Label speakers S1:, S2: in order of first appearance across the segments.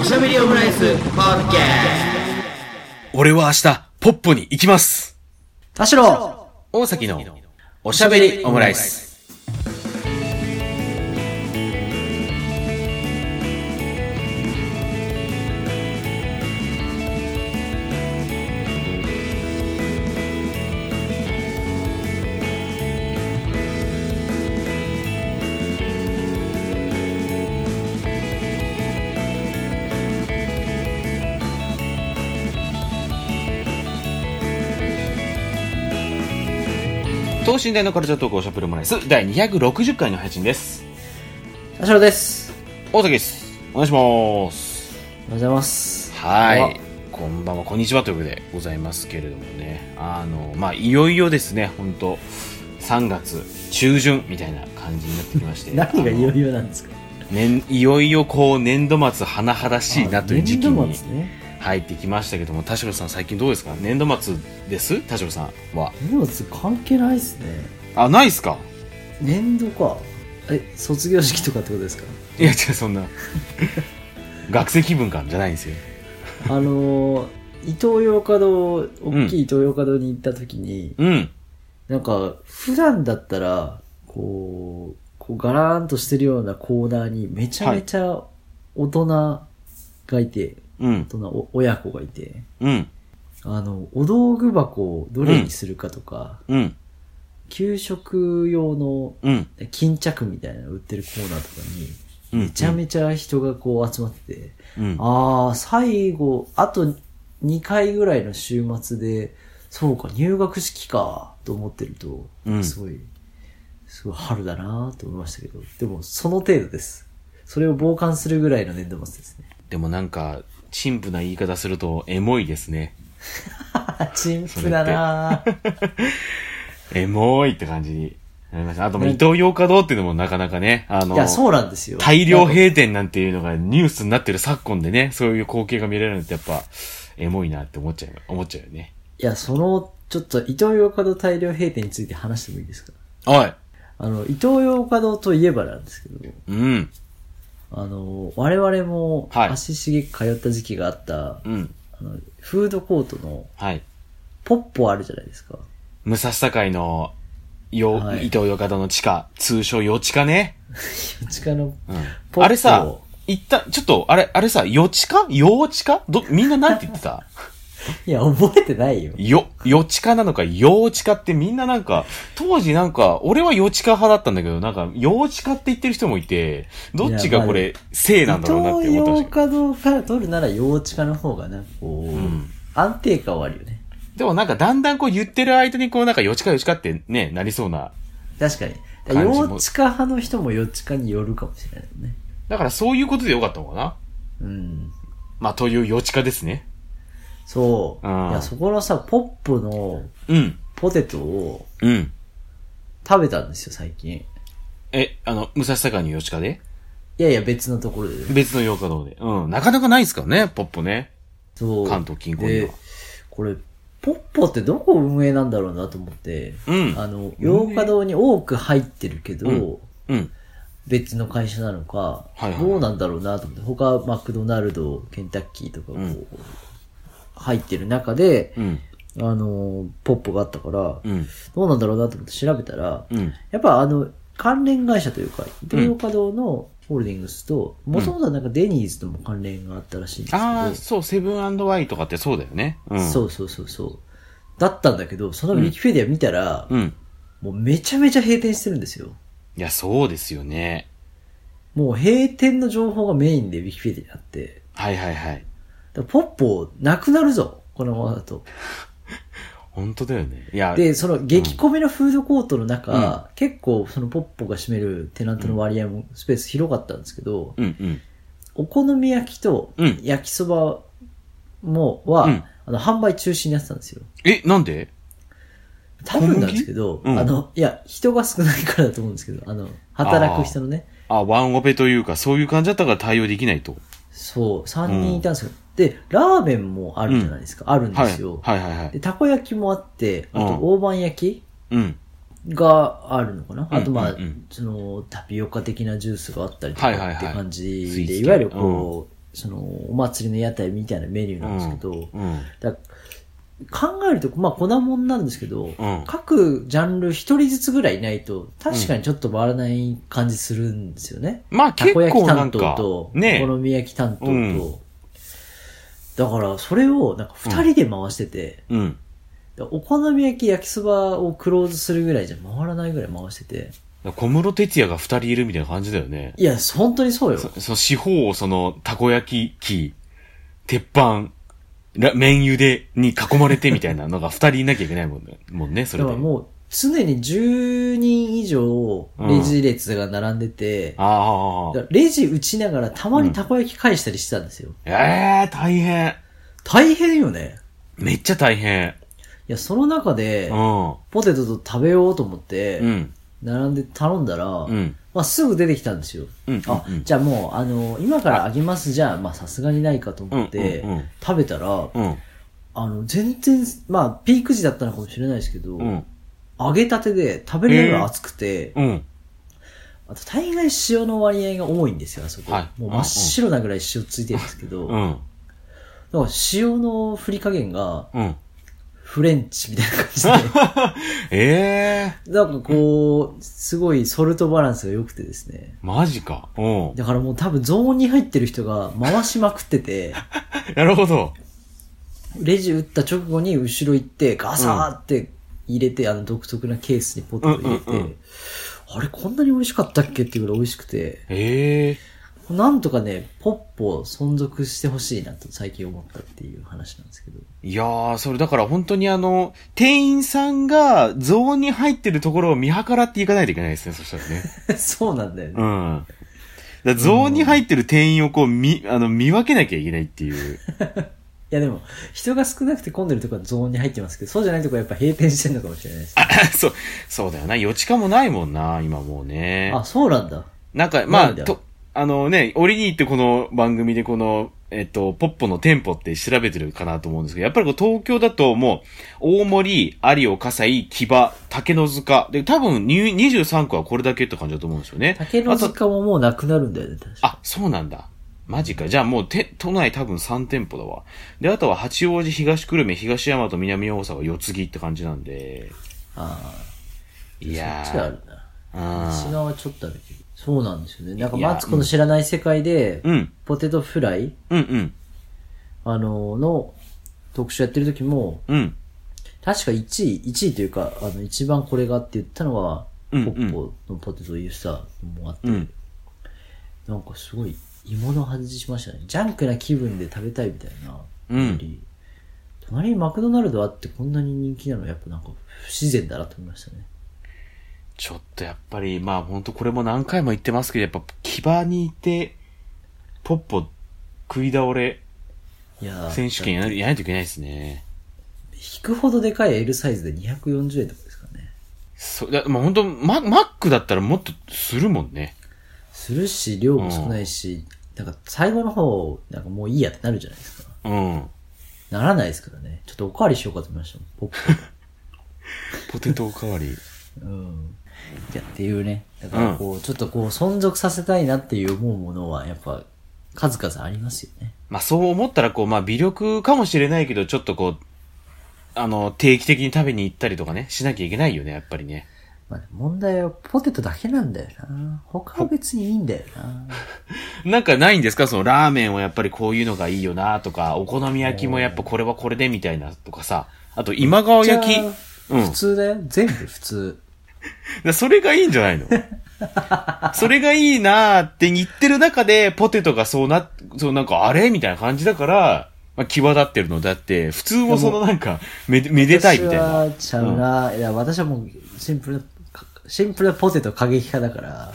S1: おしゃべりオムライスポッケ
S2: 俺は明日、ポップに行きます
S3: 田代
S2: 大崎の、おしゃべりオムライス。等身大のカルチャートークおしゃべりオムライス、第260回の配信です。
S3: 田代です。
S2: 大崎です。お願いします。
S3: おはようございます。
S2: はい。こんばんは、こんにちはということでございますけれどもね。あの、まあ、いよいよですね、ほんと、3月中旬みたいな感じになってきま して。
S3: 何がいよ
S2: よ
S3: いよなんですか
S2: 年いよいよこう、年度末、甚だしいなという時期
S3: あ年度
S2: に
S3: 末ね。
S2: 入ってきましたけども、田代さん最近どうですか年度末です田代さんは。
S3: 年度末関係ないですね。
S2: あ、ないっすか
S3: 年度か。え、卒業式とかってこと ですか
S2: いや違うそ んな学生気分感じゃないんですよ
S3: あのー、伊東洋華堂、大きい伊東洋華堂に行った時に、
S2: うん
S3: なんか、普段だったら、こう、こうガラーンとしてるようなコーナーにめちゃめちゃ大人がいて、
S2: うん
S3: 大人、お親子がいて、
S2: うん
S3: あの、お道具箱をどれにするかとか、
S2: うん
S3: 給食用の
S2: うん
S3: 巾着みたいなの売ってるコーナーとかに、
S2: うん
S3: めちゃめちゃ人がこう集まってて、
S2: うん
S3: ああ、最後、あと2回ぐらいの週末で、そうか、入学式か、と思ってると
S2: う、ん
S3: すごい、すごい春だなと思いましたけど、でもその程度です。それを傍観するぐらいの年度末ですね。
S2: でもなんか陳腐な言い方するとエモいですね
S3: あ、陳腐だなー
S2: エモいって感じになりましたあともう伊東洋華堂っていうのもなかなかねあの
S3: いや、そうなんですよ。
S2: 大量閉店なんていうのがニュースになってる昨今でねそういう光景が見れるのってやっぱエモいなって思っちゃう思っちゃうよね
S3: いや、その、ちょっと、伊東洋華堂大量閉店について話してもいいですか
S2: はい
S3: あの、伊東洋華堂といえばなんですけど、
S2: うん
S3: あの、我々も
S2: はい
S3: 足しげく通った時期があった、
S2: うん
S3: あの、フードコートの
S2: はい
S3: ポッポあるじゃないですか。
S2: 武蔵境のよ、
S3: はい
S2: 伊東洋華堂の地下通称よ地下ね
S3: 四地下の
S2: うん
S3: ポッポ
S2: あれさ、一旦、ちょっと、あれ、あれさ、よちかようちかど、みんななんて言ってた
S3: いや、覚えてないよ。
S2: よ、よちかなのか、ようちかってみんななんか、当時なんか、俺はよちか派だったんだけど、なんか、ようちかって言ってる人もいて、どっち
S3: いや
S2: が
S3: まあ
S2: これ、正なんだろうなって思って
S3: 洋
S2: ましたけど。
S3: 華堂から取るなら洋地下の方がなんかこう、
S2: ん
S3: 安定感はあるよね。
S2: でもなんか、だんだんこう言ってる間に、こうなんか、よちかよちかってね、なりそうな。
S3: 確かに。だから
S2: 感じも
S3: 洋地下派の人も洋地下によるかもしれないよね。
S2: だから、そういうことでよかったのかな
S3: うん。
S2: まあ、というよちかですね。
S3: そう。
S2: うん
S3: いや、そこのさ、ポップの
S2: うん。
S3: ポテトを
S2: うん。
S3: 食べたんですよ、最近。
S2: え、あの、武蔵境のよちかで
S3: いやいや、別のところで。
S2: 別の洋華堂で。うん。なかなかないですからね、ポップね。
S3: そう。
S2: 関東近郊には
S3: でこれ、ポッポってどこ運営なんだろうなと思って、
S2: うん
S3: あの、洋華堂に多く入ってるけど、
S2: うんうん。
S3: 別の会社なのか、
S2: はいはい
S3: どうなんだろうなと思って、他、マクドナルド、ケンタッキーとかこう、
S2: ん
S3: 入ってる中で、
S2: うん。
S3: あの、ポッポがあったから、
S2: うん。
S3: どうなんだろうなと思って調べたら、
S2: うん。
S3: やっぱあの、関連会社というか、イトーヨーカドーのホールディングスと、もともとはなんかデニーズとも関連があったらしいんですけど、
S2: ああ、そう、セブンワイとかってそうだよね。うん。。
S3: そううそうそうそう。だったんだけど、そのウィキペディア見たら、
S2: うん。
S3: もうめちゃめちゃ閉店してるんですよ。
S2: いや、そうですよね。
S3: もう閉店の情報がメインでウィキペディアにあって、
S2: はいはいはい。
S3: だからポッポなくなるぞ、このままだと。
S2: 本当だよね。いや、
S3: で、その激込みのフードコートの中、結構そのポッポが占めるテナントの割合もスペース広かったんですけど、
S2: うんうん。
S3: お好み焼きと
S2: うん
S3: 焼きそばもは、
S2: うん
S3: あの販売中止になってたんですよ。
S2: え、なんで
S3: 多分なんですけど、
S2: 小麦うん
S3: あの、いや、人が少ないからだと思うんですけど、あの、働く人のね、
S2: あ、ワンオペというか、そういう感じだったから対応できないと。
S3: そう、3人いたんですよ。で、ラーメンもあるじゃないですか、あるん
S2: は
S3: で
S2: い。
S3: すよ、
S2: はいはいはい
S3: で、。たこ焼きもあって、あと
S2: うん
S3: 大判焼
S2: うん。
S3: きがあるのかな、
S2: ん
S3: あとまあ、
S2: うんうん
S3: その、タピオカ的なジュースがあったりとか
S2: はいはいはい
S3: って感じで、
S2: スイーツ系
S3: いわゆるこう、その、お祭りの屋台みたいなメニューなんですけど、
S2: うん。
S3: だ考えると、まあ、粉もんなんですけど、
S2: ん
S3: 各ジャンル一人ずつぐらいいないと、確かにちょっと回らない感じするんですよね。
S2: まあ
S3: た
S2: 結
S3: こ焼き
S2: 構な
S3: 担
S2: ん
S3: 当
S2: か
S3: と、、
S2: ね
S3: お好み焼き担当と、
S2: うん
S3: だから、それを、なんか二人で回してて、
S2: うん。
S3: だからお好み焼き、焼きそばをクローズするぐらいじゃ回らないぐらい回してて、
S2: 小室哲也が二人いるみたいな感じだよね。
S3: いや、本当にそうよ。
S2: そその四方をその、たこ焼き器、鉄板、ら麺茹でに囲まれてみたいなのが二人いなきゃいけないもんね。もんね、そ
S3: だ
S2: れ
S3: か
S2: で。
S3: らもう、常に10人以上、レジ列が並んでて、
S2: あ
S3: だか
S2: あ。
S3: らレジ打ちながらたまにたこ焼き返したりしてたんですよ。
S2: ええ大変。
S3: 大変よね。
S2: めっちゃ大変。
S3: いや、その中で
S2: う、ん。
S3: ポテトと食べようと思って
S2: う、ん。
S3: 並んで頼んだら、
S2: うん。
S3: まあ、すぐ出てきたんですよ。
S2: うん。
S3: あ、
S2: うん
S3: じゃあもう、あの、今からあげますじゃあ、まあ、さすがにないかと思って、
S2: うんうんうん
S3: 食べたら、
S2: うん。
S3: あの、全然、まあ、ピーク時だったのかもしれないですけど、
S2: うん。
S3: 揚げたてで食べれるのが熱くて、
S2: うん。
S3: あと大概塩の割合が多いんですよ、あそこ。
S2: はい
S3: もう真っ白なぐらい塩ついてるんですけど、
S2: う
S3: だ
S2: ん。
S3: から塩の振り加減が
S2: うん。
S3: フレンチみたいな感 じ
S2: ええ
S3: で、なんかこう、すごいソルトバランスが良くてですね。
S2: マジか。うん。
S3: だからもう多分ゾーンに入ってる人が回しまくって て、
S2: なるほど。
S3: レジ打った直後に後ろ行ってガサーって入れて、あの独特なケースにポテト入れて、
S2: うんうんうん
S3: あれこんなに美味しかったっけっていうぐらい美味しくて、
S2: ええ
S3: なんとかね、ポッポを存続してほしいなと最近思ったっていう話なんですけど。
S2: いやー、それだから本当にあの、店員さんがゾーンに入ってるところを見計らっていかないといけないですね、そしたらね。
S3: そうなんだよ
S2: う
S3: ね。
S2: ん。だからゾーンに入ってる店員をこう見、あの、見分けなきゃいけないっていう。
S3: いやでも、人が少なくて混んでるとこはゾーンに入ってますけど、そうじゃないとこはやっぱ閉店してるのかもしれないです、ね。
S2: そう、そうだよな。余地かもないもんな、今もうね。
S3: あ、そうなんだ。
S2: なんか、
S3: な
S2: まあ、
S3: んだ
S2: と、あのね、折に行ってこの番組でこの、えっと、ポッポの店舗って調べてるかなと思うんですけど、やっぱりこう東京だともう、大森、有尾、笠井、木場、竹の塚。で、多分に23区はこれだけって感じだと思うんですよね。
S3: 竹の塚ももうなくなるんだよね、確か
S2: あ、そうなんだ。マジか。じゃあもう、て、都内多分3店舗だわ。で、あとは八王子、東久留米、東大和、南大阪、四つ木って感じなんで。
S3: あ
S2: い
S3: あ、
S2: や
S3: そっちがあ
S2: ー
S3: る。な。西
S2: あ
S3: 側はちょっとあるけど。そうなんですよね。なんか、
S2: いや
S3: マツコの知らない世界で、
S2: うんうん
S3: ポテトフライ、
S2: うんうん。
S3: あの、の特集やってる時も、
S2: うん。
S3: 確か1位、1位というか、あの、一番これがって言ったのは、
S2: う
S3: ポ
S2: ん
S3: ッポのポテトユースターもあって、
S2: うん。
S3: なんかすごい芋の味しましたね。ジャンクな気分で食べたいみたいな。
S2: うん
S3: より隣にマクドナルドあってこんなに人気なのやっぱなんか不自然だなと思いましたね。
S2: ちょっとやっぱり、まあ本当これも何回も言ってますけど、やっぱ牙にいて、ポッポ食い倒れ
S3: いやー
S2: 選手権やらやらないといけないですね。
S3: 引くほどでかい L サイズで240円とかですからね。
S2: そう、だまあ本当ママックだったらもっとするもんね。
S3: するし、量も少ないし、なんか最後の方、なんかもういいやってなるじゃないですか。
S2: うん。
S3: ならないですからね。ちょっとおかわりしようかと思いましたもん。ポップ
S2: ポテトおかわり。
S3: うん。いや、っていうね。だからこう、ちょっとこう、存続させたいなっていう思うものは、やっぱ、数々ありますよね。
S2: まあそう思ったらこう、まあ微力かもしれないけど、ちょっとこう、あの、定期的に食べに行ったりとかね、しなきゃいけないよね、やっぱりね。
S3: まあ、問題はポテトだけなんだよな。他は別にいいんだよな。
S2: なんかないんですかそのラーメンはやっぱりこういうのがいいよなとか、お好み焼きもやっぱこれはこれでみたいなとかさ、あと今川焼き
S3: じゃあ。
S2: うん
S3: 普。通だよ。全部普通。
S2: でそれがいいんじゃないのそれがいいなーって言ってる中で、ポテトがそうな、そうなんかあれみたいな感じだから、まあ、際立ってるのだって、普通もそのなんか、めで、めでたいみたい
S3: 私
S2: な。
S3: はちゃうな。いや、私はもう、シンプルな、かシンプルなポテト過激派だから。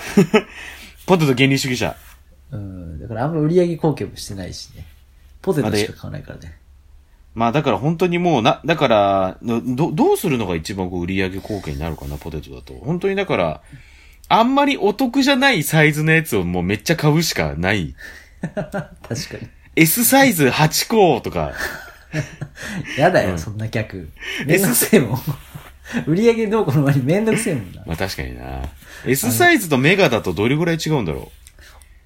S2: ポテト原理主義者。
S3: うん。だからあんま売り上げ貢献もしてないしね。ポテトしか買わないからね。
S2: まあだから本当にもうな、だから、のど、どうするのが一番こう売り上げ貢献になるかな、ポテトだと。本当にだから、あんまりお得じゃないサイズのやつをもうめっちゃ買うしかない。
S3: 確かに。
S2: S サイズ8個とか。
S3: やだよ、そんな客。めんどくせえもん。売り上げどうこうの前にめんどくせえもんな。
S2: まあ確かにな。S サイズとメガだとどれぐらい違うんだろ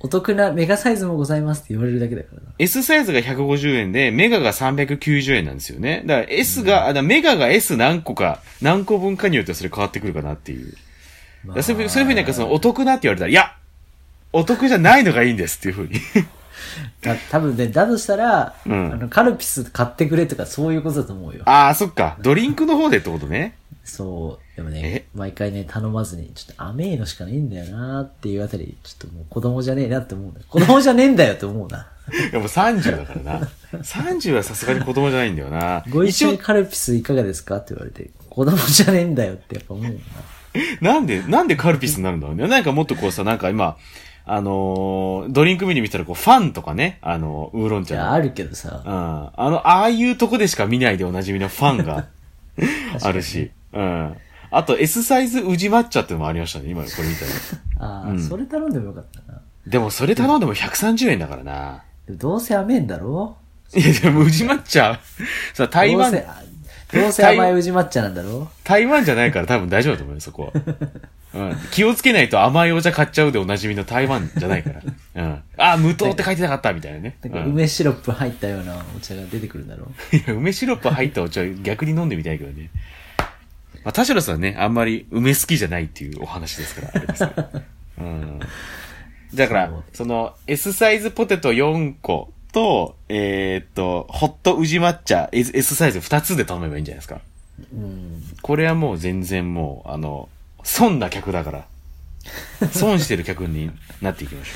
S3: お得なメガサイズもございますって言われるだけだからな。
S2: S サイズが150円で、メガが390円なんですよね。だから S が、あだからメガが S 何個か、何個分かによってはそれ変わってくるかなっていう。だからそういうふうそういうふうになんかそのお得なって言われたら、いや、お得じゃないのがいいんですっていうふうに。
S3: だ多分ね、だとしたら、
S2: うん
S3: あの、カルピス買ってくれとかそういうことだと思うよ。
S2: ああ、そっか。ドリンクの方でってことね。
S3: そう。でもね、毎回ね、頼まずに、ちょっと甘えのしかねえんだよなっていうあたり、ちょっともう子供じゃねえなって思うんだよ。子供じゃねえんだよって思うな。
S2: いやもう30だからな。30はさすがに子供じゃないんだよな。
S3: ご一緒に
S2: 一応、
S3: カルピスいかがですかって言われて、子供じゃねえんだよってやっぱ思うよな。
S2: なんで、なんでカルピスになるんだろうね。なんかもっとこうさ、なんか今、あのードリンクメニュー見たらこう、ファンとかね、あのウーロン
S3: い
S2: 茶の
S3: や、あるけどさ
S2: う、ん。あの、ああいうとこでしか見ないでおなじみのフ ァンが
S3: に
S2: あるし。うん。あと S サイズ宇治抹茶ってのもありましたね、今これみたいな。
S3: ああ、
S2: うん
S3: それ頼んでもよかったな。
S2: でもそれ頼んでも130円だからな。
S3: でもどうせ甘えんだろ
S2: いやでも宇治抹茶、さ、台湾
S3: どう、せ、あどうせ甘い宇治抹茶なんだろ
S2: 台湾じゃないから多分大丈夫だと思うよ、そこは。 うん、気をつけないと甘いお茶買っちゃうでおなじみの台湾じゃないから。うん、あ、無糖って書いてなかったみたいなね。
S3: なんか
S2: うん
S3: 梅シロップ入ったようなお茶が出てくるんだろ
S2: いや、梅シロップ入ったお茶逆に飲んでみたいけどね。まあ、田代さんね、あんまり梅好きじゃないっていうお話ですから、あれですけど うん。だから、
S3: そう
S2: その、S サイズポテト4個と、えーっと、ホット宇治抹茶、S, S サイズ2つで頼めばいいんじゃないですか。
S3: うん。
S2: これはもう全然もう、あの、損な客 だから。損してる客になっていきまし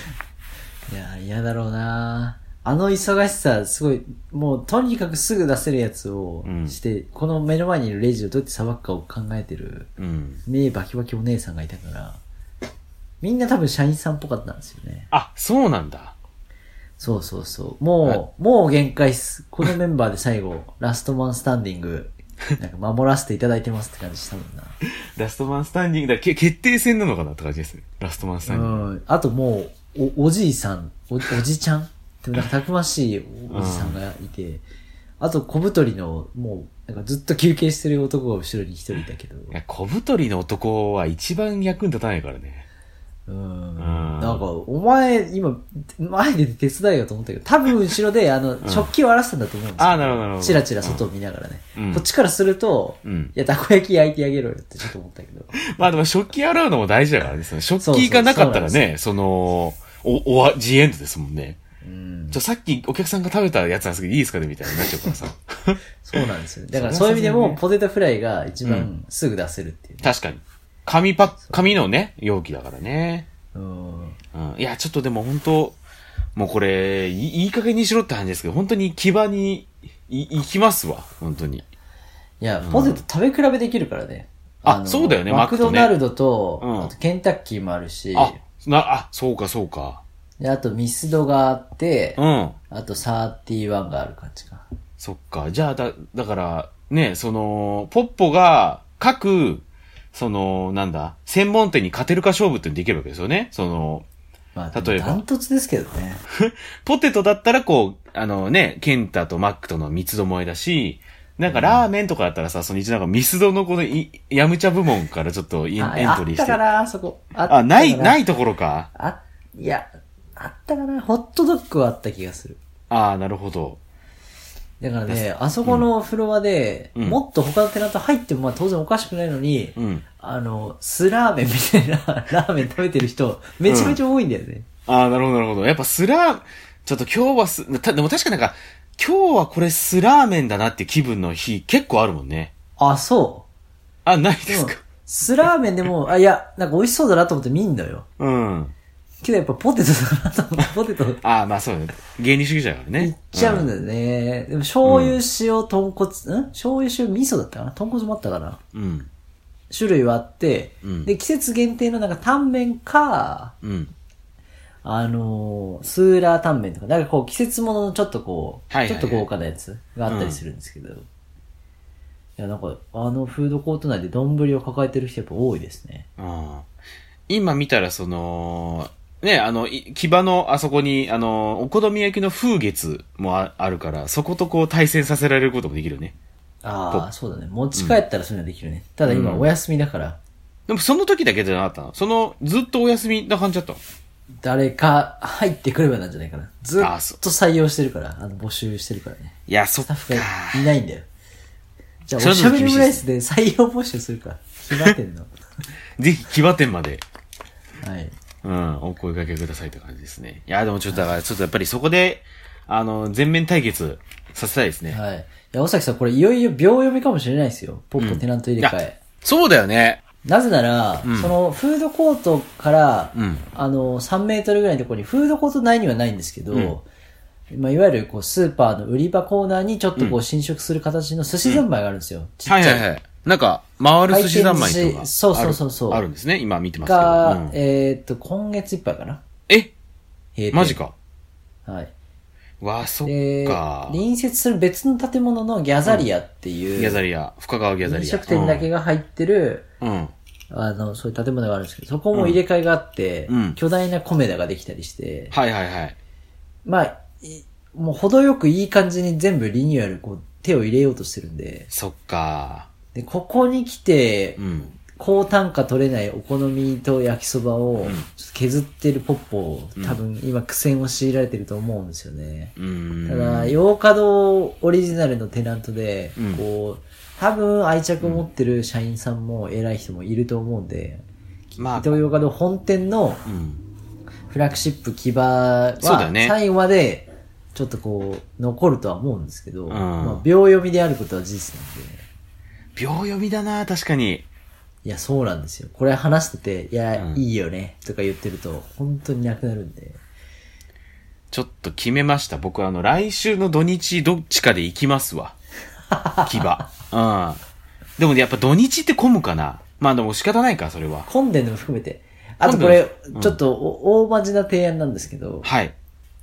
S2: ょ
S3: いや、嫌だろうなあの忙しさ、すごい、もうとにかくすぐ出せるやつを
S2: うん
S3: して、この目の前にいるレジをどうやってさばくかを考えてる、
S2: う。うん。
S3: 目バキバキお姉さんがいたから、みんな多分社員さんっぽかったんですよね。
S2: あ、そうなんだ。
S3: そうそうそう。もう、もう限界っす。このメンバーで最後、ラストマンスタンディング、なんか守らせていただいてますって感じしたもんな。
S2: ラストマンスタンディングだ。け決定戦なのかなって感じですね。ラストマンスタンディング。
S3: うん。あともう、お、おじいさん、お、おじちゃんでもなんかたくましいおおじさんがいて、あと小太りの、もう、なんかずっと休憩してる男が後ろに一人だけど、
S2: いや、小太りの男は一番役に立たないからね。
S3: うん。
S2: ん
S3: なんか、お前、今、前で手伝いよと思ったけど、多分後ろで、あの、食器を荒らしたんだと思うんですよ。
S2: あーなるほどなるほど
S3: チラチラ外を見ながらね。
S2: うん
S3: こっちからすると、
S2: うん
S3: いや、たこ焼き焼いてあげろよってちょっと思ったけ ど。
S2: まあでも食器洗うのも大事だからね。その食
S3: そうそう
S2: 器がなかったら
S3: そうなん
S2: ね、その、お、おわ、ジエンドですもんね。
S3: うん。
S2: ちょ、さっきお客さんが食べたやつなんですけど、いいですかねみたいになっちゃうからさ。
S3: そうなんですよ。だからそういう意味で
S2: そう
S3: も、
S2: です
S3: ポテトフライが一
S2: う
S3: 番すぐ出せるっていうね。
S2: 確かに。紙パッ、紙のね、容器だからね。
S3: うん。
S2: うん。いや、ちょっとでも本当もうこれ、いいい加減にしろって話ですけど、本当に牙に、い、いきますわ。本当に。
S3: いや、ポテト食べ比べできるからね。
S2: あ
S3: の
S2: そうだよね
S3: マ
S2: マ
S3: ク
S2: ク
S3: ド
S2: とね
S3: ナルドと、
S2: うん
S3: あとケンタッキーもあるし、
S2: あ、な、あ、そうか、そうか。
S3: であとミスドがあって
S2: う、ん。
S3: あとサーティワンがある感じか。
S2: そっか。じゃあ、だ、だから、ね、その、ポッポが、各、その、なんだ、専門店に勝てるか勝負ってできるわけですよね。その、
S3: まあ、
S2: 例えば
S3: ダントツですけどね。
S2: ポテトだったらこう、あのね、ケンタとマックとの三つどもえだし、なんかラーメンとかだったらさ、その一応なんかミスドのこのい、ヤムチャ部門からちょっとイン
S3: あ
S2: エントリー
S3: あ
S2: し
S3: ったか
S2: て。
S3: な、そこ。あったか。
S2: あ、ない、ないいところか。
S3: あ、いや、あったかな。ホットドッグはあった気がする。
S2: ああ、なるほど。
S3: だからね、あそこのフロアで、
S2: うん
S3: もっと他のテナント入ってもまあ当然おかしくないのに、
S2: うん。
S3: あの、酢ラーメンみたいな ラーメン食べてる人、めちゃめちゃ多いんだよね。
S2: ああ、なるほど、なるほど。やっぱスラー、ちょっと今日はす、たでも確かなんか、今日はこれスラーメンだなって気分の日結構あるもんね。
S3: あ、そう。
S2: あ、ないで
S3: ですも
S2: か。、
S3: 酢ラーメンでも、あ、いや、なんか美味しそうだなと思って見んのよ。
S2: うん。
S3: けどやっぱポテトだなと思っ て、ポテト
S2: ああ、まあそうだね。原理主義者だからね。
S3: いっちゃうん
S2: ん
S3: だよね。でも醤油、塩、豚骨、ん醤油、塩、味噌だったかな豚骨もあったかな
S2: うん。
S3: 種類はあって、
S2: うん
S3: で、季節限定のなんかタンメンか、
S2: うん。
S3: あのースーラータンメンとか、なんかこう季節もののちょっとこう、
S2: はいはいはい
S3: ちょっと豪華なやつがあったりするんですけど、いや、なんかあのフードコート内で丼を抱えてる人やっぱ多いですね。
S2: うん今見たらその、ね、あの、い牙のあそこに、あの、お好み焼きの風月もああるから、そことこう対戦させられることもできるよね。
S3: ああ、そうだね。持ち帰ったらそういうのできるね。ただ今お休みだから、
S2: でもその時だけじゃなかったのその、ずっとお休みな感じだったの
S3: 誰か入ってくればなんじゃないかな。ずっ
S2: あそう
S3: と採用してるから、あの、募集してるからね。
S2: いや、そっ
S3: スタ
S2: か
S3: ッ。フがいないんだよ。じゃあ、お
S2: それだ
S3: しゃ
S2: と
S3: べ
S2: 厳
S3: り
S2: しい
S3: ブ
S2: で
S3: ライ
S2: す
S3: スで採用募集するから。決まって んの。
S2: ぜひ、騎馬店まで。
S3: はい。
S2: うん、お声掛けくださいって感じですね。いや、でもちょっと、だから、ちょっとやっぱりそこで、あの、全面対決させたいですね。
S3: はい。いや、尾崎さん、これいよいよ秒読みかもしれないですよ。ポップテナント入れ替え。
S2: そうだよね。
S3: なぜなら、その、フードコートから、
S2: うん
S3: あの、3メートルぐらいのところに、フードコート内にはないんですけど、まあ、いわゆるこうスーパーの売り場コーナーにちょっとこう侵食する形の寿司三昧があるんですよ。ちっちゃ
S2: はいはいはい。なんか、回る寿司三昧とか
S3: 回
S2: あ
S3: 転寿司
S2: る。
S3: そうそうそうそう
S2: あるんですね。今見てますけど。
S3: が、
S2: うん
S3: えーっと、今月いっぱいかな。
S2: え
S3: 閉店
S2: マジ。か。
S3: はい。
S2: わあ、そっ
S3: で
S2: か、。
S3: 隣接する別の建物のギャザリアっていう、
S2: ギャザリア。深川ギャザリア。
S3: 飲食店だけが入ってる、
S2: うん。うん。
S3: あの、そういう建物があるんですけど、そこも入れ替えがあって、
S2: うん
S3: 巨大なコメダができたりして、
S2: はいはいはい。
S3: まあ、いもう程よくいい感じに全部リニューアル、こう、手を入れようとしてるんで、
S2: そっか。
S3: で、ここに来て
S2: う、ん。
S3: 高単価取れないお好みと焼きそばを、ちょっと削ってるポッポを、多分今苦戦を強いられてると思うんですよね。
S2: うーん。
S3: ただ、洋華堂オリジナルのテナントで、
S2: うん
S3: こう、多分愛着を持ってる社員さんも偉い人もいると思うんで、
S2: ま
S3: 伊
S2: あ、
S3: 東洋華堂本店の
S2: うん。
S3: フラッグシップ騎馬は、
S2: そうだね
S3: 最後まで、ちょっとこう、残るとは思うんですけど、
S2: ん
S3: まあ、秒読みであることは事実なんで、
S2: 秒読みだな、確かに。
S3: いや、そうなんですよ。これ話してて、いや、
S2: うん
S3: いいよね、とか言ってると、本当になくなるんで、
S2: ちょっと決めました。僕、あの、来週の土日、どっちかで行きますわ。牙。うん。でも、やっぱ土日って混むかな。まあ、でも仕方ないか、それは。
S3: 混んでるのも含めて、あとこ
S2: 混ん
S3: れ
S2: でるう、ん
S3: ちょっとお大まじな提案なんですけど、
S2: はい。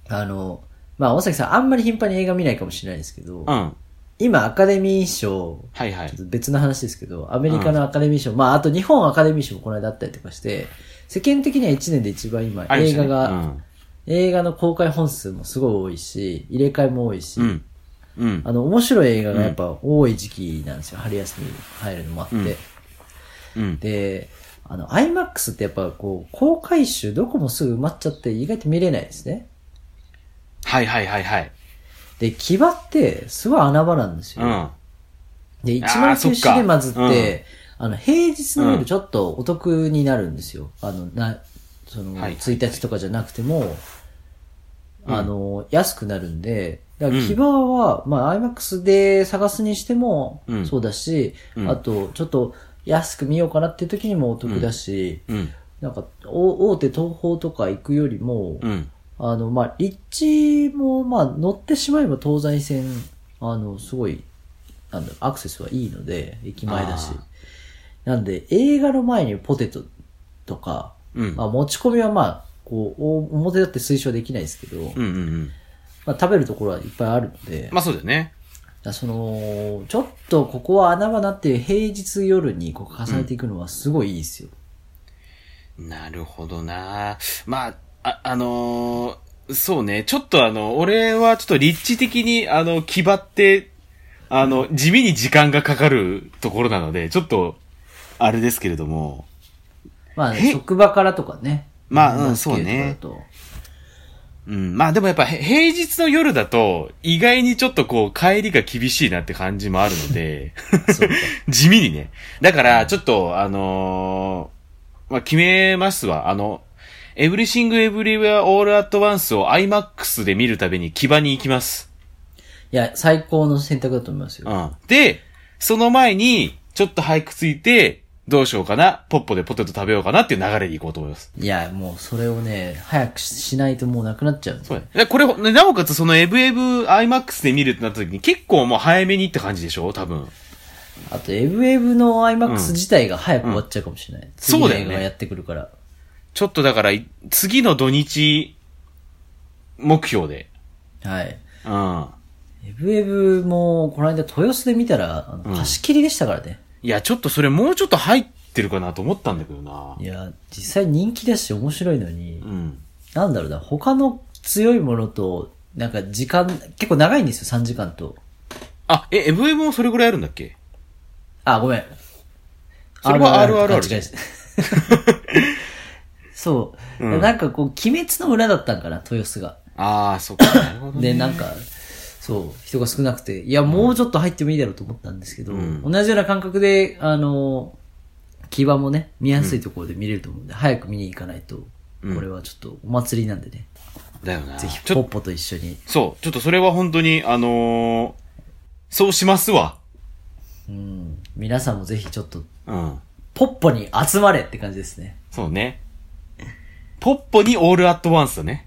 S3: あの、まあ、大崎さんあんまり頻繁に映画見ないかもしれないですけど、
S2: うん。
S3: 今アカデミー賞、
S2: はいはい
S3: ちょ。っと別の話ですけど、アメリカのアカデミー賞、まあ、あと日本アカデミー賞もこの間あったりとかして、世間的には1年で一番今、
S2: ありま
S3: 映
S2: したね
S3: 画が、
S2: うん
S3: 映画の公開本数もすごい多いし、入れ替えも多いし、
S2: うん。うん。
S3: あの、面白い映画がやっぱ多い時期なんですよ。春休みに入るのもあって。
S2: うんうん。
S3: で、あの、IMAX ってやっぱこう、公開集どこもすぐ埋まっちゃって意外と見れないですね。
S2: はいはいはいはい。
S3: で、牙ってすごい穴場なんです
S2: う
S3: よ。
S2: ん。
S3: で、
S2: あーそっ
S3: 109
S2: か
S3: シネマズって、
S2: う
S3: あ,、
S2: ん
S3: の、平日の夜ちょっとお得になるんですよ。あの、な、その、
S2: はい
S3: 1日とかじゃなくても、
S2: うん
S3: あの、安くなるんで、だから、
S2: うん
S3: キバは、まあ、IMAX で探すにしても
S2: う、ん
S3: そうだし、
S2: うん
S3: あと、ちょっと安く見ようかなっていう時にもお得だし、
S2: うん。
S3: なんか、お大手東宝とか行くよりも、
S2: うん。
S3: あの、まあ、立地も、まあ、乗ってしまえば東西線、あの、すごい、なんだろうアクセスはいいので、駅前だし
S2: あ。
S3: なんで、映画の前にポテトとか、
S2: うん。
S3: まあ、持ち込みはまあ、こう、お表だって推奨できないですけど、
S2: うんうんうん。
S3: まあ、食べるところはいっぱいあるので、
S2: まあそうだよね。
S3: だからその、ちょっとここは穴場だっていう平日夜にこう重ねていくのはすごいいいですよ。
S2: なるほどな。まあ、あ、あのーそうね。ちょっとあの、俺はちょっと立地的に、あの、気張って、あの、地味に時間がかかるところなので、ちょっと、あれですけれども。
S3: まあ、
S2: へ
S3: 職場からとかね。
S2: まあうん
S3: バスケとかだと
S2: うん。まあでもやっぱ、へ平日の夜だと、意外にちょっとこう、帰りが厳しいなって感じもあるので、
S3: そうか。
S2: 地味にね。だから、ちょっと、あのーまあ、決めますわ。あの、エブリシングエブリウェアオールアットワンスを IMAX で見るたびに牙に行きます。
S3: いや、最高の選択だと思いますよ。
S2: うん。で、その前に、ちょっと俳句ついて、どうしようかな、ポッポでポテト食べようかなっていう流れで行こうと思います。
S3: いや、もうそれをね、早くししないともうなくなっちゃうんで
S2: そうね。これ、ねなおかつそのエブエブ IMAX で見るってなった時に結構もう早めにって感じでしょ多分。
S3: あと、エブエブの
S2: う
S3: IMAX
S2: ん
S3: 自体が早く終わっちゃうかもしれない。次
S2: そう
S3: の
S2: だよね
S3: 映画がやってくるから。
S2: ちょっとだから、い次の土日、目標で。
S3: はい。
S2: うん。
S3: エブエブも、この間豊洲で見たら、あの貸し切りでしたからね。。
S2: いや、ちょっとそれもうちょっと入ってるかなと思ったんだけどない
S3: や、実際人気だし面白いのに、
S2: うん。
S3: なんだろうな、他の強いものと、なんか時間、結構長いんですよ、3時間と。
S2: あ、え、エブエブもそれぐらいあるんだっけ
S3: あ、ごめん。
S2: それは RRR
S3: と勘違いしてそう、
S2: うん
S3: なんかこう、鬼滅の裏だったんかな、豊洲が。
S2: ああ、そっか。なるほ どね
S3: で、なんか、そう、人が少なくて、いや、もうちょっと入ってもいいだろうと思ったんですけど、
S2: うん
S3: 同じような感覚で、あの、牙もね、見やすいところで見れると思うんで、早く見に行かないと、こ
S2: うん
S3: れはちょっとお祭りなんでね、
S2: だよな。
S3: ぜひ、
S2: ち
S3: ポッ
S2: ょ
S3: ポと一緒に。
S2: そう、ちょっとそれは本当に、あのーそうしますわ。
S3: うん、皆さんもぜひちょっと、
S2: うん。
S3: ポッポに集まれって感じですね。
S2: そうね。ポッポにオールアットワンスだね。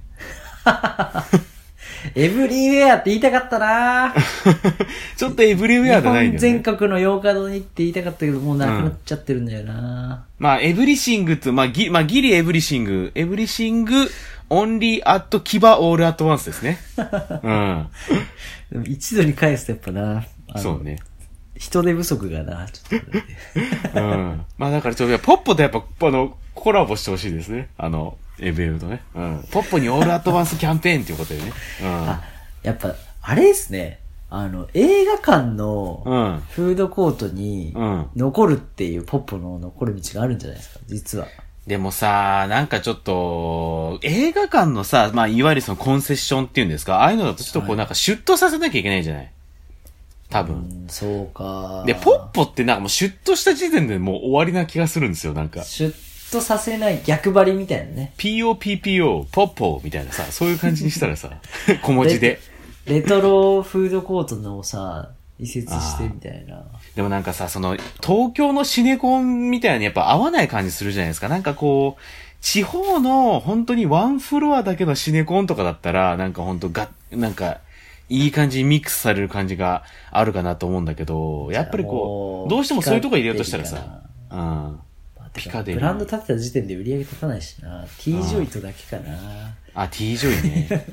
S3: エブリウェアって言いたかったなぁ。
S2: ちょっとエブリウェアじゃないんだ
S3: 日本
S2: よ
S3: 全
S2: ね。
S3: 国の洋歌堂に行って言いたかったけど、もうなくなっちゃってるんだよな、
S2: まあ、エブリシングって、まあ、ギまあ、ギリエブリシング、エブリシング、オンリーアットキバオールアットワンスで すね。うん。
S3: でも一度に返すとやっぱなあの
S2: そうね。
S3: 人手不足がなち ょっとね、
S2: うん。まあだからちょっとやっぱ、ポッポとやっぱ、あの、コラボしてほしいですね。あの、エブエブとね。うん。ポッポにオールアドバンスキャンペーンっていうことでね。
S3: あ、やっぱ、あれですね。あの、映画館
S2: う
S3: の
S2: ん。うん。
S3: フードコートに
S2: うん
S3: 残るっていうポッポの残る道があるんじゃないですか、実は。
S2: でもさ、なんかちょっと、映画館のさ、まあ、いわゆるそのコンセッションっていうんですか、ああいうのだとちょっとこうなんかシュッとさせなきゃいけないじゃない多
S3: う
S2: 分。
S3: ん、そうか。
S2: で、ポッポってなんかもうシュッとした時点でもう終わりな気がするんですよ、なんか。
S3: シュッとさせない逆張りみたいなね。
S2: POPPO、ポッポみたいなさ、そういう感じにした らさ、小文字で。
S3: レトロフードコートのをさ、移設してみたいな。
S2: でもなんかさ、その、東京のシネコンみたいにやっぱ合わない感じするじゃないですか。なんかこう、地方の本当にワンフロアだけのシネコンとかだったら、なんか本当が、なんか、いい感じにミックスされる感じがあるかなと思うんだけど、やっぱりこう、どうしてもそういうとこ入れようとしたらさ、うん。
S3: まあ
S2: ピカデリー
S3: ブランド立てた時点で売り上げ立たないしな。T ジョイトだけかな。
S2: あ、T ジョイね。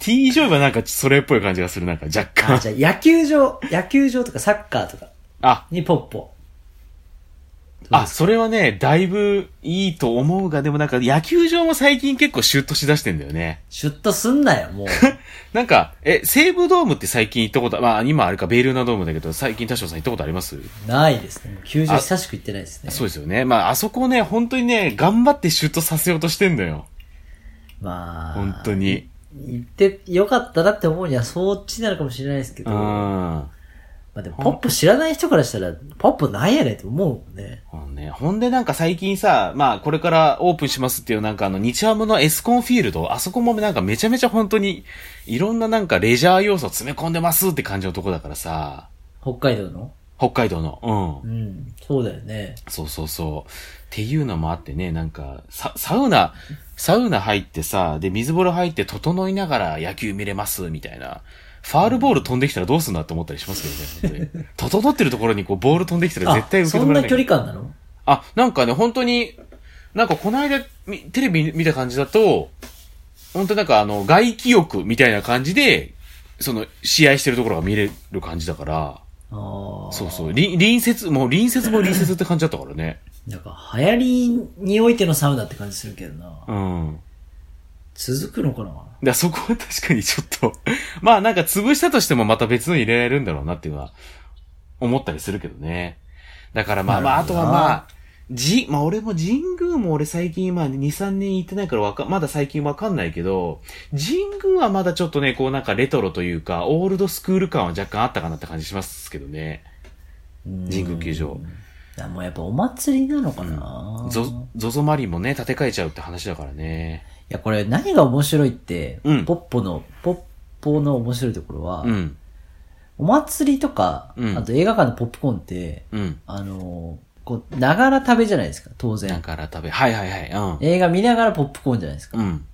S2: T ジョイはなんかそれっぽい感じがする、なんか若
S3: あ、
S2: 干。
S3: じゃあ野球場、野球場とかサッカーとか
S2: あ、
S3: にポッポ。
S2: あ、それはね、だいぶいいと思うが、でもなんか野球場も最近結構シュッとしだしてんだよね。
S3: シュッとすんなよ、 もう。
S2: なんか、え、西武ドームって最近行ったこと、まあ今あれか、ベイルーナドームだけど、最近田代さん行ったことあります、
S3: ないですね。もう球場
S2: あ
S3: 久しく行ってないですね。
S2: そうですよね。まああそこね、本当にね、頑張ってシュートさせようとしてんだよ。
S3: まあ、
S2: 本当。に。
S3: 行ってよかったなって思うにはそっちなのかもしれないですけ
S2: う
S3: ど、ま
S2: ん。
S3: あでもポップ知らない人からしたら、ポップなんやねんと思うもんね。
S2: ほんね、ほんでなんか最近さ、まあこれからオープンしますっていうなんかあの日ハムのエスコンフィールド、あそこもなんかめちゃめちゃ本当にいろんななんかレジャー要素詰め込んでますって感じのとこだからさ、
S3: 北海道の。
S2: 北海道の。うん
S3: う。ん。そうだよね。
S2: そうそうそう。っていうのもあってね、なんか、サ、サウナ、サウナ入ってさ、で、水風呂入って整いながら野球見れます、みたいな。ファールボール飛んできたらどうすんだって思ったりしますけどね、本当に。整ってるところにこう、ボール飛んできたら絶対
S3: あ
S2: 受け
S3: そ
S2: 止
S3: ん
S2: め
S3: な
S2: られない。
S3: 距離感なの
S2: あ、なんかね、本当に、なんかこの間、みテレビ見た感じだと、本当なんかあの、外気浴みたいな感じで、その、試合してるところが見れる感じだから、
S3: ああ。
S2: そうそう、り隣接、もう隣接も隣接って感じだったからね。
S3: なんか、流行りにおいてのサウナって感じするけどな。
S2: うん。
S3: 続くのかな
S2: だからそこは確かにちょっと、 まあなんか潰したとしてもまた別の入れられるんだろうなっていうのは思ったりするけどね。だからまあまあ
S3: な
S2: あ
S3: るほ
S2: と
S3: どな
S2: はまあ、じ、まあ俺も神宮も俺最近まあ2、3年行ってないからわか、まだ最近わかんないけど、神宮はまだちょっとね、こうなんかレトロというか、オールドスクール感は若干あったかなって感じしますけどね。神宮球場。
S3: あもうやっぱお祭りなのかな、
S2: ゾ、ゾゾマリンもね、建て替えちゃうって話だからね。
S3: いや、これ何が面白いって、
S2: うん
S3: ポッポの、ポッポの面白いところは、
S2: うん、
S3: お祭りとか、
S2: うん
S3: あと映画館のポップコーンって、
S2: うん。
S3: あのーこう、ながら食べじゃないですか、当
S2: だ
S3: 然。
S2: から食べ、はいはいはい、
S3: 映画見ながらポップコーンじゃないですか
S2: う。ん。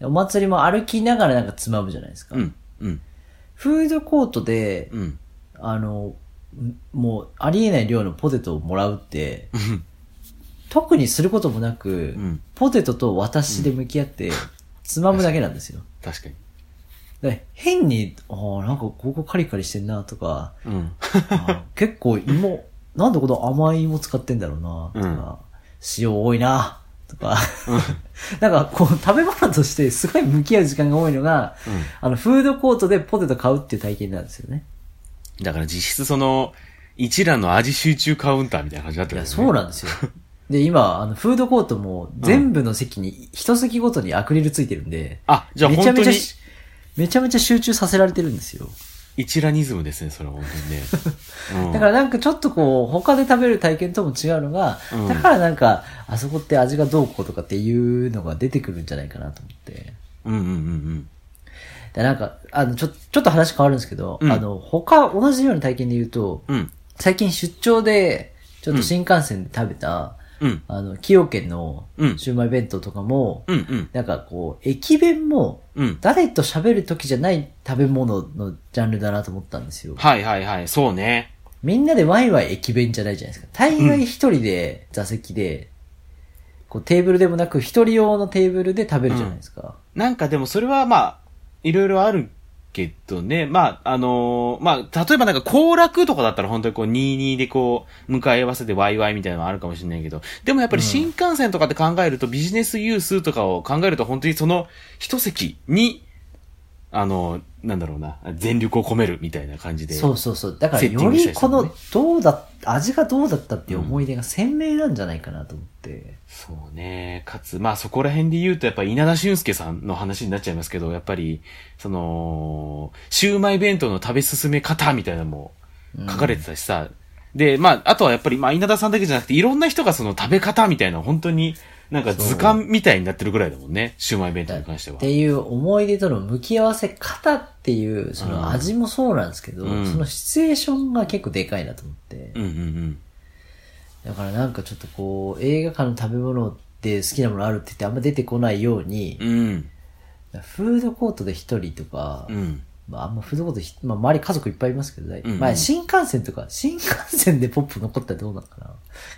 S2: うん、
S3: お祭りも歩きながらなんかつまむじゃないですか。
S2: うん、うん、
S3: フードコートで、
S2: うん。
S3: あの、んもう、ありえない量のポテトをもらうって、
S2: ん
S3: 特にすることもなく、
S2: ん
S3: ポテトと私で向き合って、つまむだけなんですよ。
S2: 確かに。
S3: で変に、ああ、なんかここカリカリしてんなと か、
S2: うん。
S3: あー結構芋、なんでこの甘い芋使ってんだろうなとか、塩多いなとか、 なんかこう食べ物としてすごい向き合う時間が多いのが、あのフードコートでポテト買うっていう体験なんですよね。
S2: だから実質その、一覧の味集中カウンターみたいな感じだっ
S3: い
S2: たけど
S3: や、
S2: ね
S3: そうなんですよ。で、今、あの、フードコートも全部の席に、一席ごとにアクリルついてるんで、
S2: あ、じゃあ
S3: めちゃ
S2: 本当
S3: めちゃ、
S2: に
S3: めちゃめちゃ集中させられてるんですよ。
S2: 一ラニズムですね、それは本 当にね。うん
S3: だからなんかちょっとこう、他で食べる体験とも違うのが、
S2: うん
S3: だからなんか、あそこって味がどうこうとかっていうのが出てくるんじゃないかなと思って。
S2: うんうんうん
S3: で、なんか、あの、ちょ、ちょっと話変わるんですけど、
S2: うん
S3: あの、他、同じような体験で言うと、
S2: うん。うん。
S3: 最近出張で、ちょっと新幹線で食べた、
S2: うん。
S3: あの、崎陽軒の
S2: うん
S3: シウマイ弁当とかも、
S2: うんうん。
S3: なんかこう、駅弁も、
S2: うん。
S3: 誰と喋る時じゃない食べ物のジャンルだなと思ったんですよ。
S2: はいはいはい、そうね。
S3: みんなでワイワイ駅弁じゃないじゃないですか。大概一人で座席で、こうテーブルでもなく一人用のテーブルで食べるじゃないですか。
S2: なんかでもそれはまあ、いろいろあるけどね。まあ、あのーまあ、例えばなんか行楽とかだったら本当にこう22でこう、向かい合わせてワイワイみたいなのはあるかもしれないけど、でもやっぱり新幹線とかって考えると、ビジネスユースとかを考えると本当にその一席に、あのーなんだろうな、全力を込めるみたいな感じで。
S3: そうそうそう。だから
S2: セッティ
S3: よ
S2: ングした
S3: り
S2: りす
S3: こ
S2: るのね
S3: の、どうだ、味がどうだったっていう思い出が鮮明なんじゃないかなと思って。
S2: そうね。かつ、まあそこら辺で言うと、やっぱり稲田俊介さんの話になっちゃいますけど、やっぱり、その、シューマイ弁当の食べ進め方みたいなのも書かれてたしさ。で、まあ、あとはやっぱり、まあ稲田さんだけじゃなくて、いろんな人がその食べ方みたいな、本当に、なんか図鑑みたいになってるぐらいだもんね。シューマイ弁当に関しては
S3: っ。ていう思い出との向き合わせ方っていう、そ
S2: うん
S3: の味もそうなんですけど、
S2: うん
S3: そのシチュエーションが結構でかいなと思って
S2: うん。うんうん。
S3: だからなんかちょっとこう、映画館の食べ物で好きなものあるって言ってあんま出てこないように、
S2: うん。
S3: フードコートで一人とか、
S2: うん。
S3: まああんまフードコートひ、まあ周り家族いっぱいいますけど、大体
S2: うんうん
S3: まあ新幹線とか、新幹線でポップ残ったらどうなのかな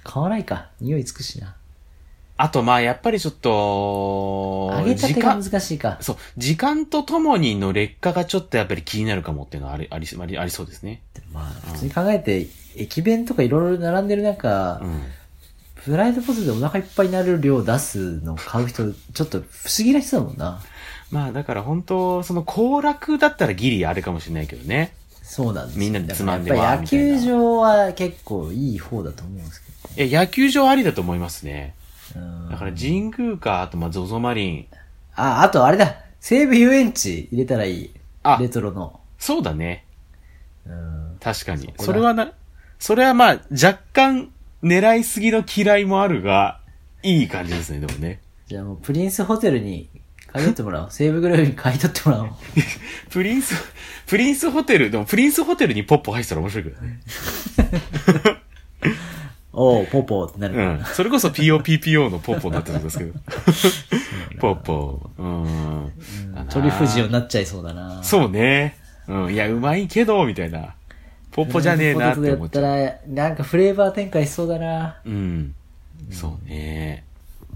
S3: 買わないか。匂いつくしな。
S2: あと、まあ、やっぱりちょっと、
S3: 揚げたてが難しいか。
S2: そう、時間とともにの劣化がちょっとやっぱり気になるかもっていうのはあり、あり、ありありそうですね。
S3: まあ普通に考えて、駅弁とかいろいろ並んでる中、
S2: うん。
S3: フライドポテトでお腹いっぱいになる量出すの買う人、ちょっと不思議な人だもんな。
S2: まあだから本当、その行楽だったらギリあれかもしれないけどね。
S3: そうなんですよ
S2: みんなでつまんで
S3: だから
S2: わ
S3: や
S2: ー
S3: っぱ野
S2: みたいな
S3: 球場は結構いい方だと思うんですけ
S2: え、野球場ありだと思いますね。
S3: どね。うん
S2: だから神宮か、あとまあ ZOZO マリン。
S3: あ、あとあれだ。西武遊園地入れたらいい。
S2: あ
S3: レトロの。
S2: そうだね。
S3: うん。
S2: 確かに。
S3: だ
S2: それはな、それはまあ若干狙いすぎの嫌いもあるが、いい感じですね、でもね。
S3: じゃあもうプリンスホテルに買い取ってもらおう。西武グループに買い取ってもらおう。
S2: プリンス、プリンスホテル、でもプリンスホテルにポッポ入ってたら面白いけどね。
S3: おう、ポッポーってなるか
S2: う
S3: ら。
S2: ん。それこそ POPPO のポッポになってたんですけ ど。ポッポ。うん。
S3: うんトリュフジオになっちゃいそうだな。
S2: そうね。うん。いや、うまいけど、みたいな。ポッポじゃねえなっ
S3: フラ
S2: て
S3: イド
S2: 思
S3: ポ
S2: っ
S3: テ
S2: ち
S3: ト
S2: ゃう。
S3: やったら、なんかフレーバー展開しそうだな。
S2: うん。そうね。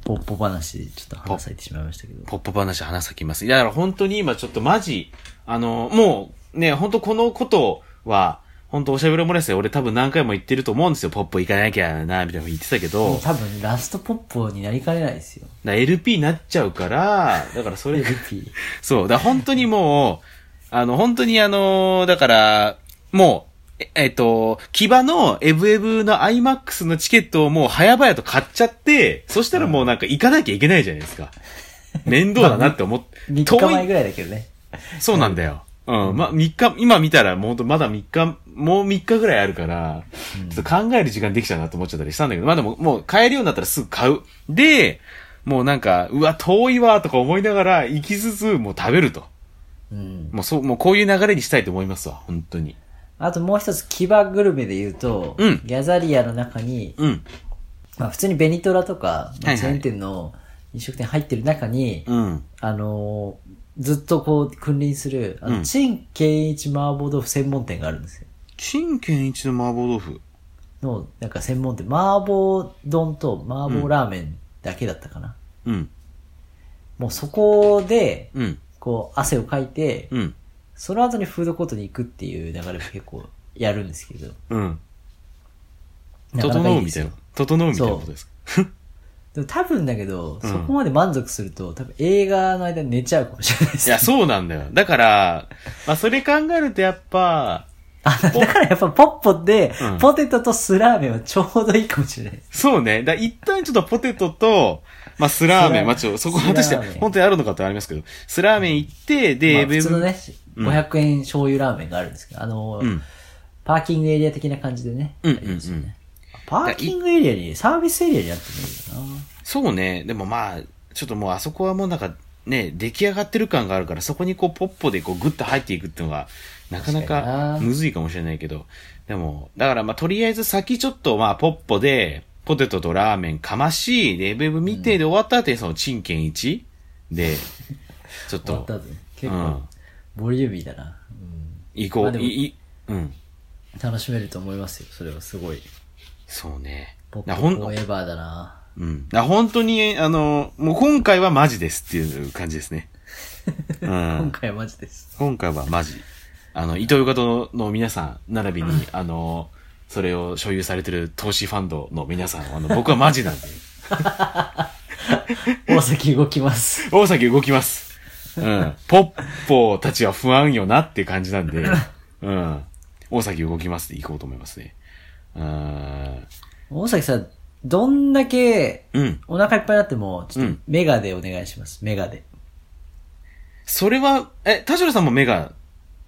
S3: ポッポ話、ちょっと話されてしまいましたけど。
S2: ポッポ話花咲きます。いやだから本当に今ちょっとマジ、あの、もうね、本当このことは、本当おしゃべりもらですよ。俺多分何回も言ってると思うんですよ。ポッポ行かなきゃな、みたいなの言ってたけど、だか
S3: 多分ラストポッポになりかねないですよ。
S2: ら LP になっちゃうから、だからそれ、
S3: LP
S2: そう。だから本当にもう、あの、本当にあの、だから、もう、ええっと、キバのエブエブの IMAX のチケットをもう早々と買っちゃって、そしたらもうなんか行かなきゃいけないじゃないで すか。面倒だなって思っ
S3: 3
S2: て。
S3: 日前
S2: 遠
S3: ぐ
S2: い。
S3: らいだけどね。
S2: そうなんだよ。うん。ま、3日、今見たらもうほんとまだ3日、もう3日ぐらいあるから、ちょっと考える時間できちゃうなと思っちゃったりしたんだけど、まあでももう買えるようになったらすぐ買う。で、もうなんか、うわ、遠いわ、とか思いながら、行きつつ、もう食べると。
S3: うん。
S2: もうそう、もうこういう流れにしたいと思いますわ、本当に。
S3: あともう一つ、キバグルメで言うと、
S2: うん
S3: ギャザリアの中に、
S2: うん。
S3: まあ普通にベニトラとか、ま
S2: はいは
S3: あ
S2: い
S3: チェーン店の飲食店入ってる中に、
S2: うん。
S3: あのーずっとこう君臨する、あ
S2: うん
S3: の、陳健一麻婆豆腐専門店があるんですよ。
S2: 陳建一の麻婆豆腐。
S3: の、なんか専門店、麻婆丼と麻婆ラーメンだけだったかな。
S2: うん。
S3: もうそこで、
S2: うん。
S3: こう汗をかいて、
S2: うん。
S3: その後にフードコートに行くっていう流れも結構やるんですけど、
S2: うん。
S3: なかなか
S2: 整
S3: いういで
S2: み
S3: す
S2: たいな
S3: よ。。
S2: 整うみたいなことですか。
S3: でも多分だけど、
S2: うん
S3: そこまで満足すると、多分映画の間に寝ちゃうかもしれないで
S2: い
S3: す。
S2: や、そうなんだよ。だから、まあ、それ考えるとやっぱ、
S3: あ、だからやっぱポッポで
S2: うん、
S3: ポテトとスラーメンはちょうどいいかもしれないです。
S2: そうね。だ一旦ちょっとポテトと、まあ、スラ
S3: ス
S2: ーメン、
S3: ラーメン
S2: まあ、ちょっとそこ
S3: スラーメ
S2: 果
S3: ン
S2: たして、本当にあるのかってありますけど、スラーメン行って、
S3: まあ
S2: で、
S3: 普通のね、
S2: うん
S3: 500円醤油ラーメンがあるんですけど、あの、
S2: うん。
S3: パーキングエリア的な感じでね。
S2: うんうんうん
S3: ありますよねパーキングエリアに、サービスエリアになってもいいよな。
S2: そうね。でもまあ、ちょっともうあそこはもうなんか、ね、出来上がってる感があるから、そこにこう、ポッポでこう、グッと入っていくっていうのが、なかな
S3: 確かに
S2: か
S3: な
S2: むずいかもしれないけど、でも、だからまあ、とりあえず先ちょっとまあ、ポッポで、ポテトとラーメンかまし、で、ウェブ見て、で終わった後にその、陳建一で、ちょっ
S3: 終わっ
S2: と
S3: た、後ね結
S2: う
S3: 構
S2: ん、
S3: ボリューミーだな。うん
S2: 行こ
S3: ま
S2: う
S3: あ、でも
S2: い、い、うん。
S3: 楽しめると思いますよ。それはすごい。
S2: そうね。
S3: ポッ
S2: な
S3: プ
S2: ほん
S3: コーンエバーだな。
S2: うん。な本当に、あの、もう今回はマジですっていう感じです ね。う
S3: 今
S2: ん。
S3: 回はマジです。
S2: 今回はマジ。あの、伊藤洋方の皆さん、並びに、あの、それを所有されてる投資ファンドの皆さん、あの、僕はマジなんで、
S3: 大崎動き ます。
S2: 大崎動きます。うん。ポッポたちは不安よなっていう感じなんで、 うん。大崎動きますで行こうと思いますね。うん。
S3: 大崎さん、どんだけ
S2: うん。
S3: お腹いっぱいになっても、ちょっ
S2: う
S3: と
S2: ん
S3: メガでお願いします。メガで。
S2: それは、え、田代さんも目が、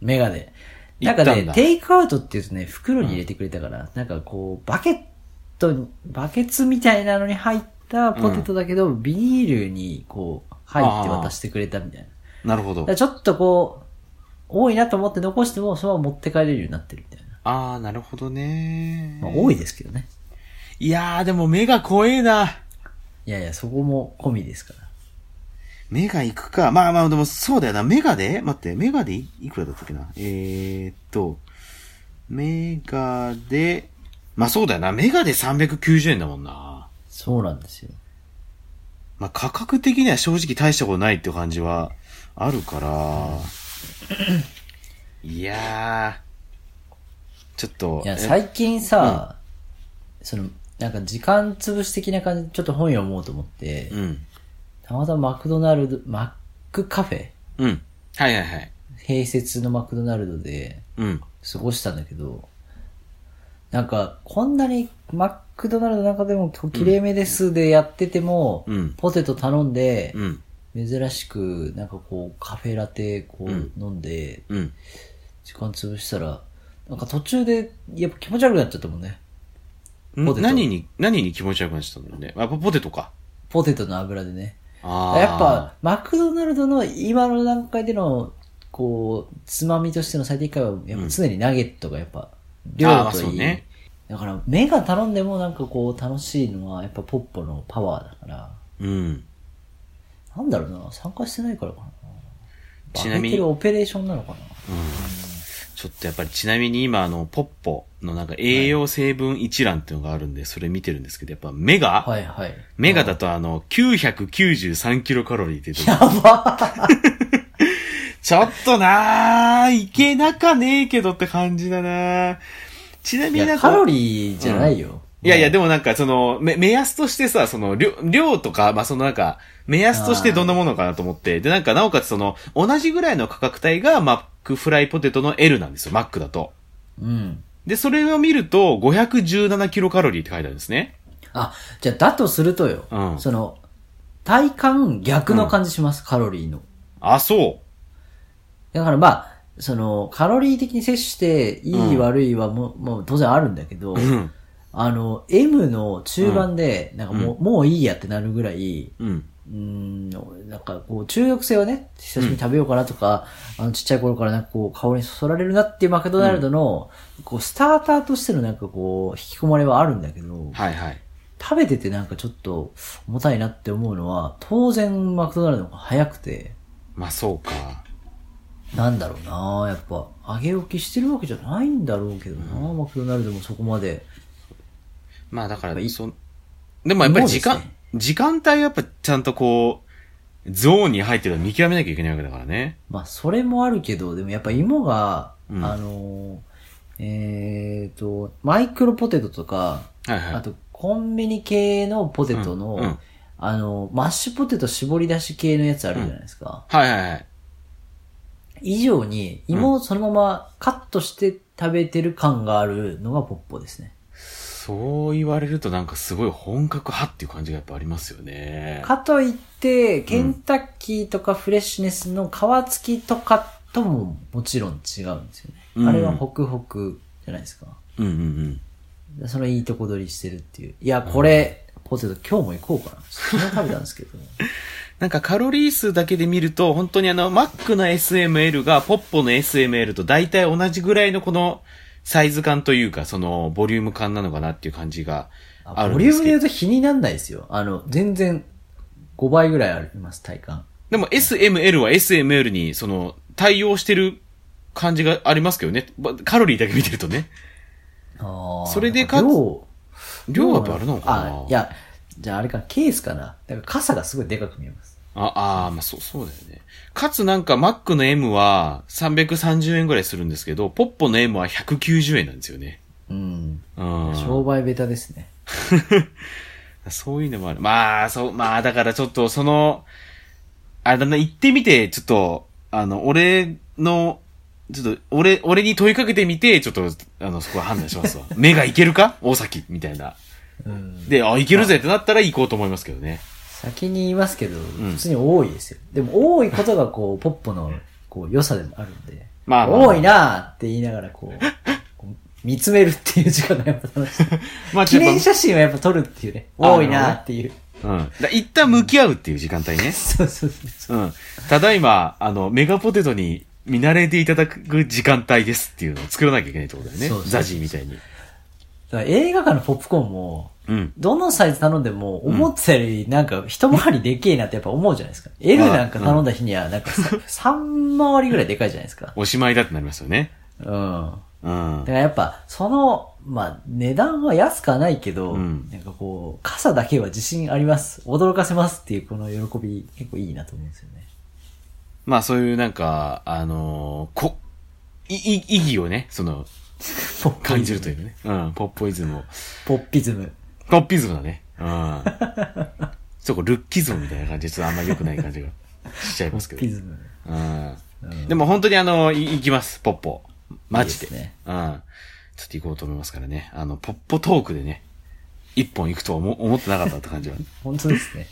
S3: メガネ。
S2: 行
S3: な
S2: っ
S3: ん
S2: た
S3: か
S2: んだ
S3: ね、テイクアウトっていうとね、袋に入れてくれたから、なんかこう、バケットに、バケツみたいなのに入ったポテトだけど、ビニールにこう、入って渡してくれたみたいな。
S2: なるほど
S3: だか。らちょっとこう、多いなと思って残しても、そのまま持って帰れるようになってるみたいな。
S2: ああ、なるほどね。
S3: まあ、多いですけどね。
S2: いやー、でも目が怖えな。
S3: いやいや、そこも込みですから。
S2: 目が行くか。まあまあ、でもそうだよな。メガで待って、メガでいいくらだったっけな。えー、っと、メガで、まあそうだよな。メガで390円だもんな。
S3: そうなんですよ。
S2: まあ価格的には正直大したことないって感じはあるから。いやー、ちょっと。
S3: いや、
S2: え
S3: 最近さ、その、なんか時間潰し的な感じで、ちょっと本読もうと思って、
S2: うん。
S3: たまたまマクドナルド、マックカフェ
S2: うん。はいはいはい。
S3: 併設のマクドナルドで
S2: うん。
S3: 過ごしたんだけど、なんか、こんなにマクドナルドの中でもきれいめですでやってても、
S2: うん
S3: ポテト頼んで、
S2: うん。
S3: 珍しく、なんかこう、カフェラテこう
S2: うん
S3: 飲んで、
S2: うん。
S3: 時間潰したら、なんか途中で、やっぱ気持ち悪くなっちゃったもんね。ポテト
S2: 何に、何に気持ち悪くなっちゃったんだろうね。あ、ポポテトか。
S3: ポテトの油でね。
S2: あー
S3: やっぱ、、マクドナルドの今の段階での、こう、つまみとしての最適解は、やっぱ常にナゲットがやっぱ、量
S2: あーまあ
S3: と
S2: そう
S3: いい。
S2: ね
S3: だから、目が頼んでもなんかこう、楽しいのは、やっぱポッポのパワーだから、
S2: うん。
S3: なんだろうな、参加してないからかな。
S2: ちなみ
S3: バケ
S2: に
S3: てるオペレーションなのかな。
S2: ちょっとやっぱりちなみに今あの、ポッポのなんか栄養成分一覧っていうのがあるんで、それ見てるんですけど、やっぱメガ、
S3: はいはい。
S2: メガだとあの、993キロカロリーって出てる
S3: やば
S2: ちょっとなー、いけなかねえけどって感じだなー。ちないみになん
S3: や、
S2: か、
S3: カロリーじゃないよ。
S2: いやいや、
S3: で
S2: でもなんか、その、め目安としてさ、その、量、量とか、まあ、そのなんか、目安としてどんなものかなと思って、で、なんか、なおかつその、同じぐらいの価格帯が、マックフライポテトの L なんですよ、マックだと。
S3: うん。
S2: で、それを見ると、517キロカロリーって書いてあるんですね。
S3: あ、じゃあ、だとするとよ、
S2: うん
S3: その、体感逆の感じします、カロリーの。
S2: あ、そ
S3: だからまあ、その、カロリー的に摂取して、いい、
S2: うん
S3: 悪いはもう、もう当然あるんだけど、
S2: う。うん。
S3: あの、M の中盤で、なんかもう、もういいやってなるぐらい、
S2: うん。
S3: うーん、なんかこう、中毒性はね、久しぶりに食べようかなとか、あの、ちっちゃい頃からなんかこう、香りにそそられるなっていうマクドナルドの、こう、スターターとしてのなんかこう、引き込まれはあるんだけど、
S2: はいはい。
S3: 食べててなんかちょっと重たいなって思うのは、当然マクドナルドの方が早くて、
S2: まあ、そうか。
S3: なんだろうなやっぱ、揚げ置きしてるわけじゃないんだろうけどな、マクドナルドもそこまで。
S2: まあ、だか
S3: まあ
S2: ら、
S3: い
S2: そんでもやっぱり時間、
S3: そうですね
S2: 時間帯はやっぱちゃんとこう、ゾーンに入ってるのを見極めなきゃいけないわけだからね。
S3: まあ、それもあるけど、でもやっぱ芋が、
S2: うん
S3: あのー、えっ、と、マイクロポテトとか、
S2: はいはい。
S3: あと、コンビニ系のポテトの、
S2: うんうん
S3: あの、マッシュポテト絞り出し系のやつあるじゃないですか。
S2: はいはいはい。
S3: 以上に、芋をそのままカットして食べてる感があるのがポッポですね。
S2: そう言われるとなんかすごい本格派っていう感じがやっぱありますよね。
S3: かといって、ケンタッキーとかフレッシュネスの皮付きとかとももちろん違うんですよね。
S2: うん
S3: あれはホクホクじゃないですか。
S2: うんうんうん。
S3: そのいいとこ取りしてるっていう。いや、これ、ポテト今日も行こうかな。昨日食べたんですけど。
S2: なんかカロリー数だけで見ると、本当にあの、マックの SML がポッポの SML と大体同じぐらいのこのサイズ感というか、そのボリューム感なのかなっていう感じが あ
S3: あ
S2: る
S3: ボ
S2: ん
S3: リュ
S2: で
S3: ームで
S2: すけ
S3: 言う
S2: ど。
S3: と比になんないですよ。あの、全然5倍ぐらいあります、体感。
S2: でも SML は SML にその対応してる感じがありますけどね。ばカロリーだけ見てるとね。
S3: あ
S2: それで
S3: か
S2: か
S3: つ、量
S2: 量はやっぱあるのかな
S3: あ、いや、じゃああれか、ケースかな。だから傘がすごいでかく見えます。
S2: あ、ああ、まあそう、そうだよね。かつなんか、マックの M は330円ぐらいするんですけど、ポッポの M は190円なんですよね。
S3: うん。
S2: うん。
S3: 商売ベタですね。
S2: そういうのもある。まあ、そう、まあ、だからちょっと、その、あれだな、行ってみて、ちょっと、あの、俺の、ちょっと、俺、俺に問いかけてみて、ちょっと、あの、そこは判断しますわ。 目がいけるか大崎、みたいな。
S3: うん。
S2: で、あ、いけるぜってなったら行こうと思いますけどね。
S3: 先に言いますけど、普通に多いですよ。でも多いことがこう、ポッポのこう良さでもあるんで、
S2: まあまあ
S3: 多いなーって言いながら こう、こう見つめるっていう時間が やっぱ楽しい。
S2: まあ、
S3: 記
S2: ちょっと
S3: 念写真はやっぱ撮るっていうね、
S2: あ
S3: 多いなーっていう。
S2: うん。だから一旦向き合うっていう時間帯ね。
S3: そうそうそう。
S2: うん。ただいま、あの、メガポテトに見慣れていただく時間帯ですっていうのを作らなきゃいけないってことだよね
S3: そうそう。そう
S2: ザジーみたいに。
S3: だから映画館のポップコーンも、
S2: うん。
S3: どのサイズ頼んでも、思ってたよりなんか一回りでけえなってやっぱ思うじゃないですか。L なんか頼んだ日にはなんか さ3回りぐらいでかいじゃないですか。
S2: おしまいだってなりますよね。
S3: うん。
S2: うん
S3: だか。らやっぱ、その、まあ、値段は安くはないけど、
S2: うん
S3: なんかこう、傘だけは自信あります。驚かせますっていうこの喜び、結構いいなと思うんですよね。
S2: まあそういうなんか、あのーこ、い、い、意義をね、その、
S3: ポップ
S2: 感じるというかね。うん。ポッポイズムを。
S3: ポッピズム。
S2: ポッピズムだね。うん。 ちょっとルッキズムみたいな感じで、ちょっとあんま良くない感じが しちゃいますけ
S3: ポッ
S2: ど
S3: ピ。ズム。
S2: うん。
S3: うん
S2: でも本当にあの、い行きます、ポッポ。マジで。
S3: いいですね
S2: うん。ちょっと行こうと思いますからね。あの、ポッポトークでね、一本行くとは思思ってなかったって感じは
S3: 本当です ね。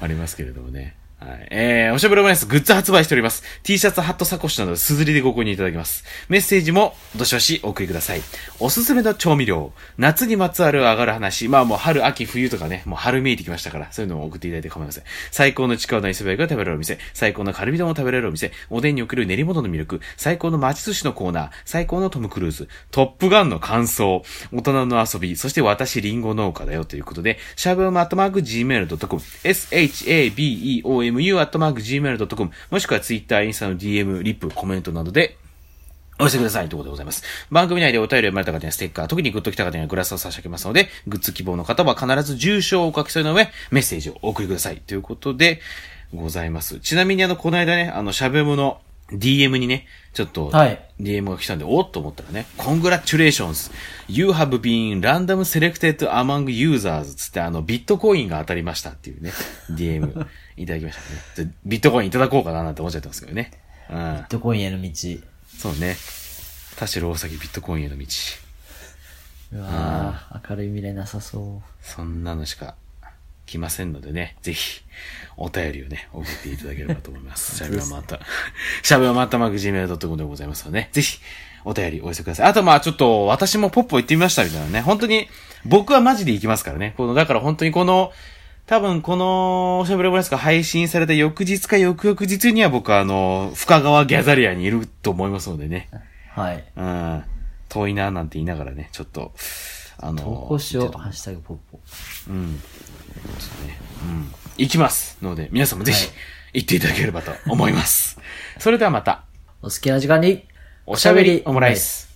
S2: ありますけれどもね。はい。えー、おしゃべりオムライスグッズ発売しております。T シャツ、ハット、サコッシュなど、すずりでご購入いただけます。メッセージも、どしどしお送りください。おすすめの調味料。夏にまつわる上がる話。まあもう春、秋、冬とかね、もう春見えてきましたから、そういうのを送っていただいて構いません。最高のちくわの磯辺が食べられるお店。最高のカルビ丼を食べられるお店。おでんにおける練り物の魅力。最高の町寿司のコーナー。最高のトム・クルーズ。トップガンの感想。大人の遊び。そして私、リンゴ農家だよということで、しゃべおむアットマーク gmail.com。shabeomu アットマーク gmail.com。もしくは Twitter、インスタの DM、リップ、コメントなどでお寄せくださいということでございます。番組内でお便りを読まれた方にはステッカー、特にグッと来た方にはグラスを差し上げますので、グッズ希望の方は必ず住所をお書き添えの上、メッセージをお送りくださいということでございます。ちなみにあの、この間ね、あの、しゃべむの DM にね、ちょっと、
S3: はい
S2: DM が来たんで、おっと思ったらね、Congratulations! You have been random selected among users つって、あの、ビットコインが当たりましたっていうね、DM いただきましたね。ビットコインいただこうかななんて思っちゃってますけどね。うん
S3: ビッ。トコインへの道。
S2: そうね。田代大崎ビットコインへの道。
S3: うわー明るい未来なさそう。
S2: そんなのしか来ませんのでね、ぜひ、お便りをね、送っていただければと思います。しゃべはまた、 しゃべはまたまぐじめ .com でございますので、ぜひ、お便りお寄せください。あと、まあちょっと、私もポッポ行ってみましたみたいなね、本当に、僕はマジで行きますからね。この、だから本当にこの、多分この、おしゃべりボラスが配信された翌日か翌々日には僕はあの、深川ギャザリアにいると思いますのでね。
S3: はい。
S2: うん。遠いななんて言いながらね、ちょっと、あの、
S3: 投稿しよ
S2: ち
S3: う。
S2: ょっと
S3: ハッシュタグポッポ。
S2: うん。ちょっとね、うん。行きますので、皆さんもぜひ
S3: はい、
S2: 行っていただければと思います。それではまた、
S3: お好きな時間に、
S2: おしゃべりオムライス。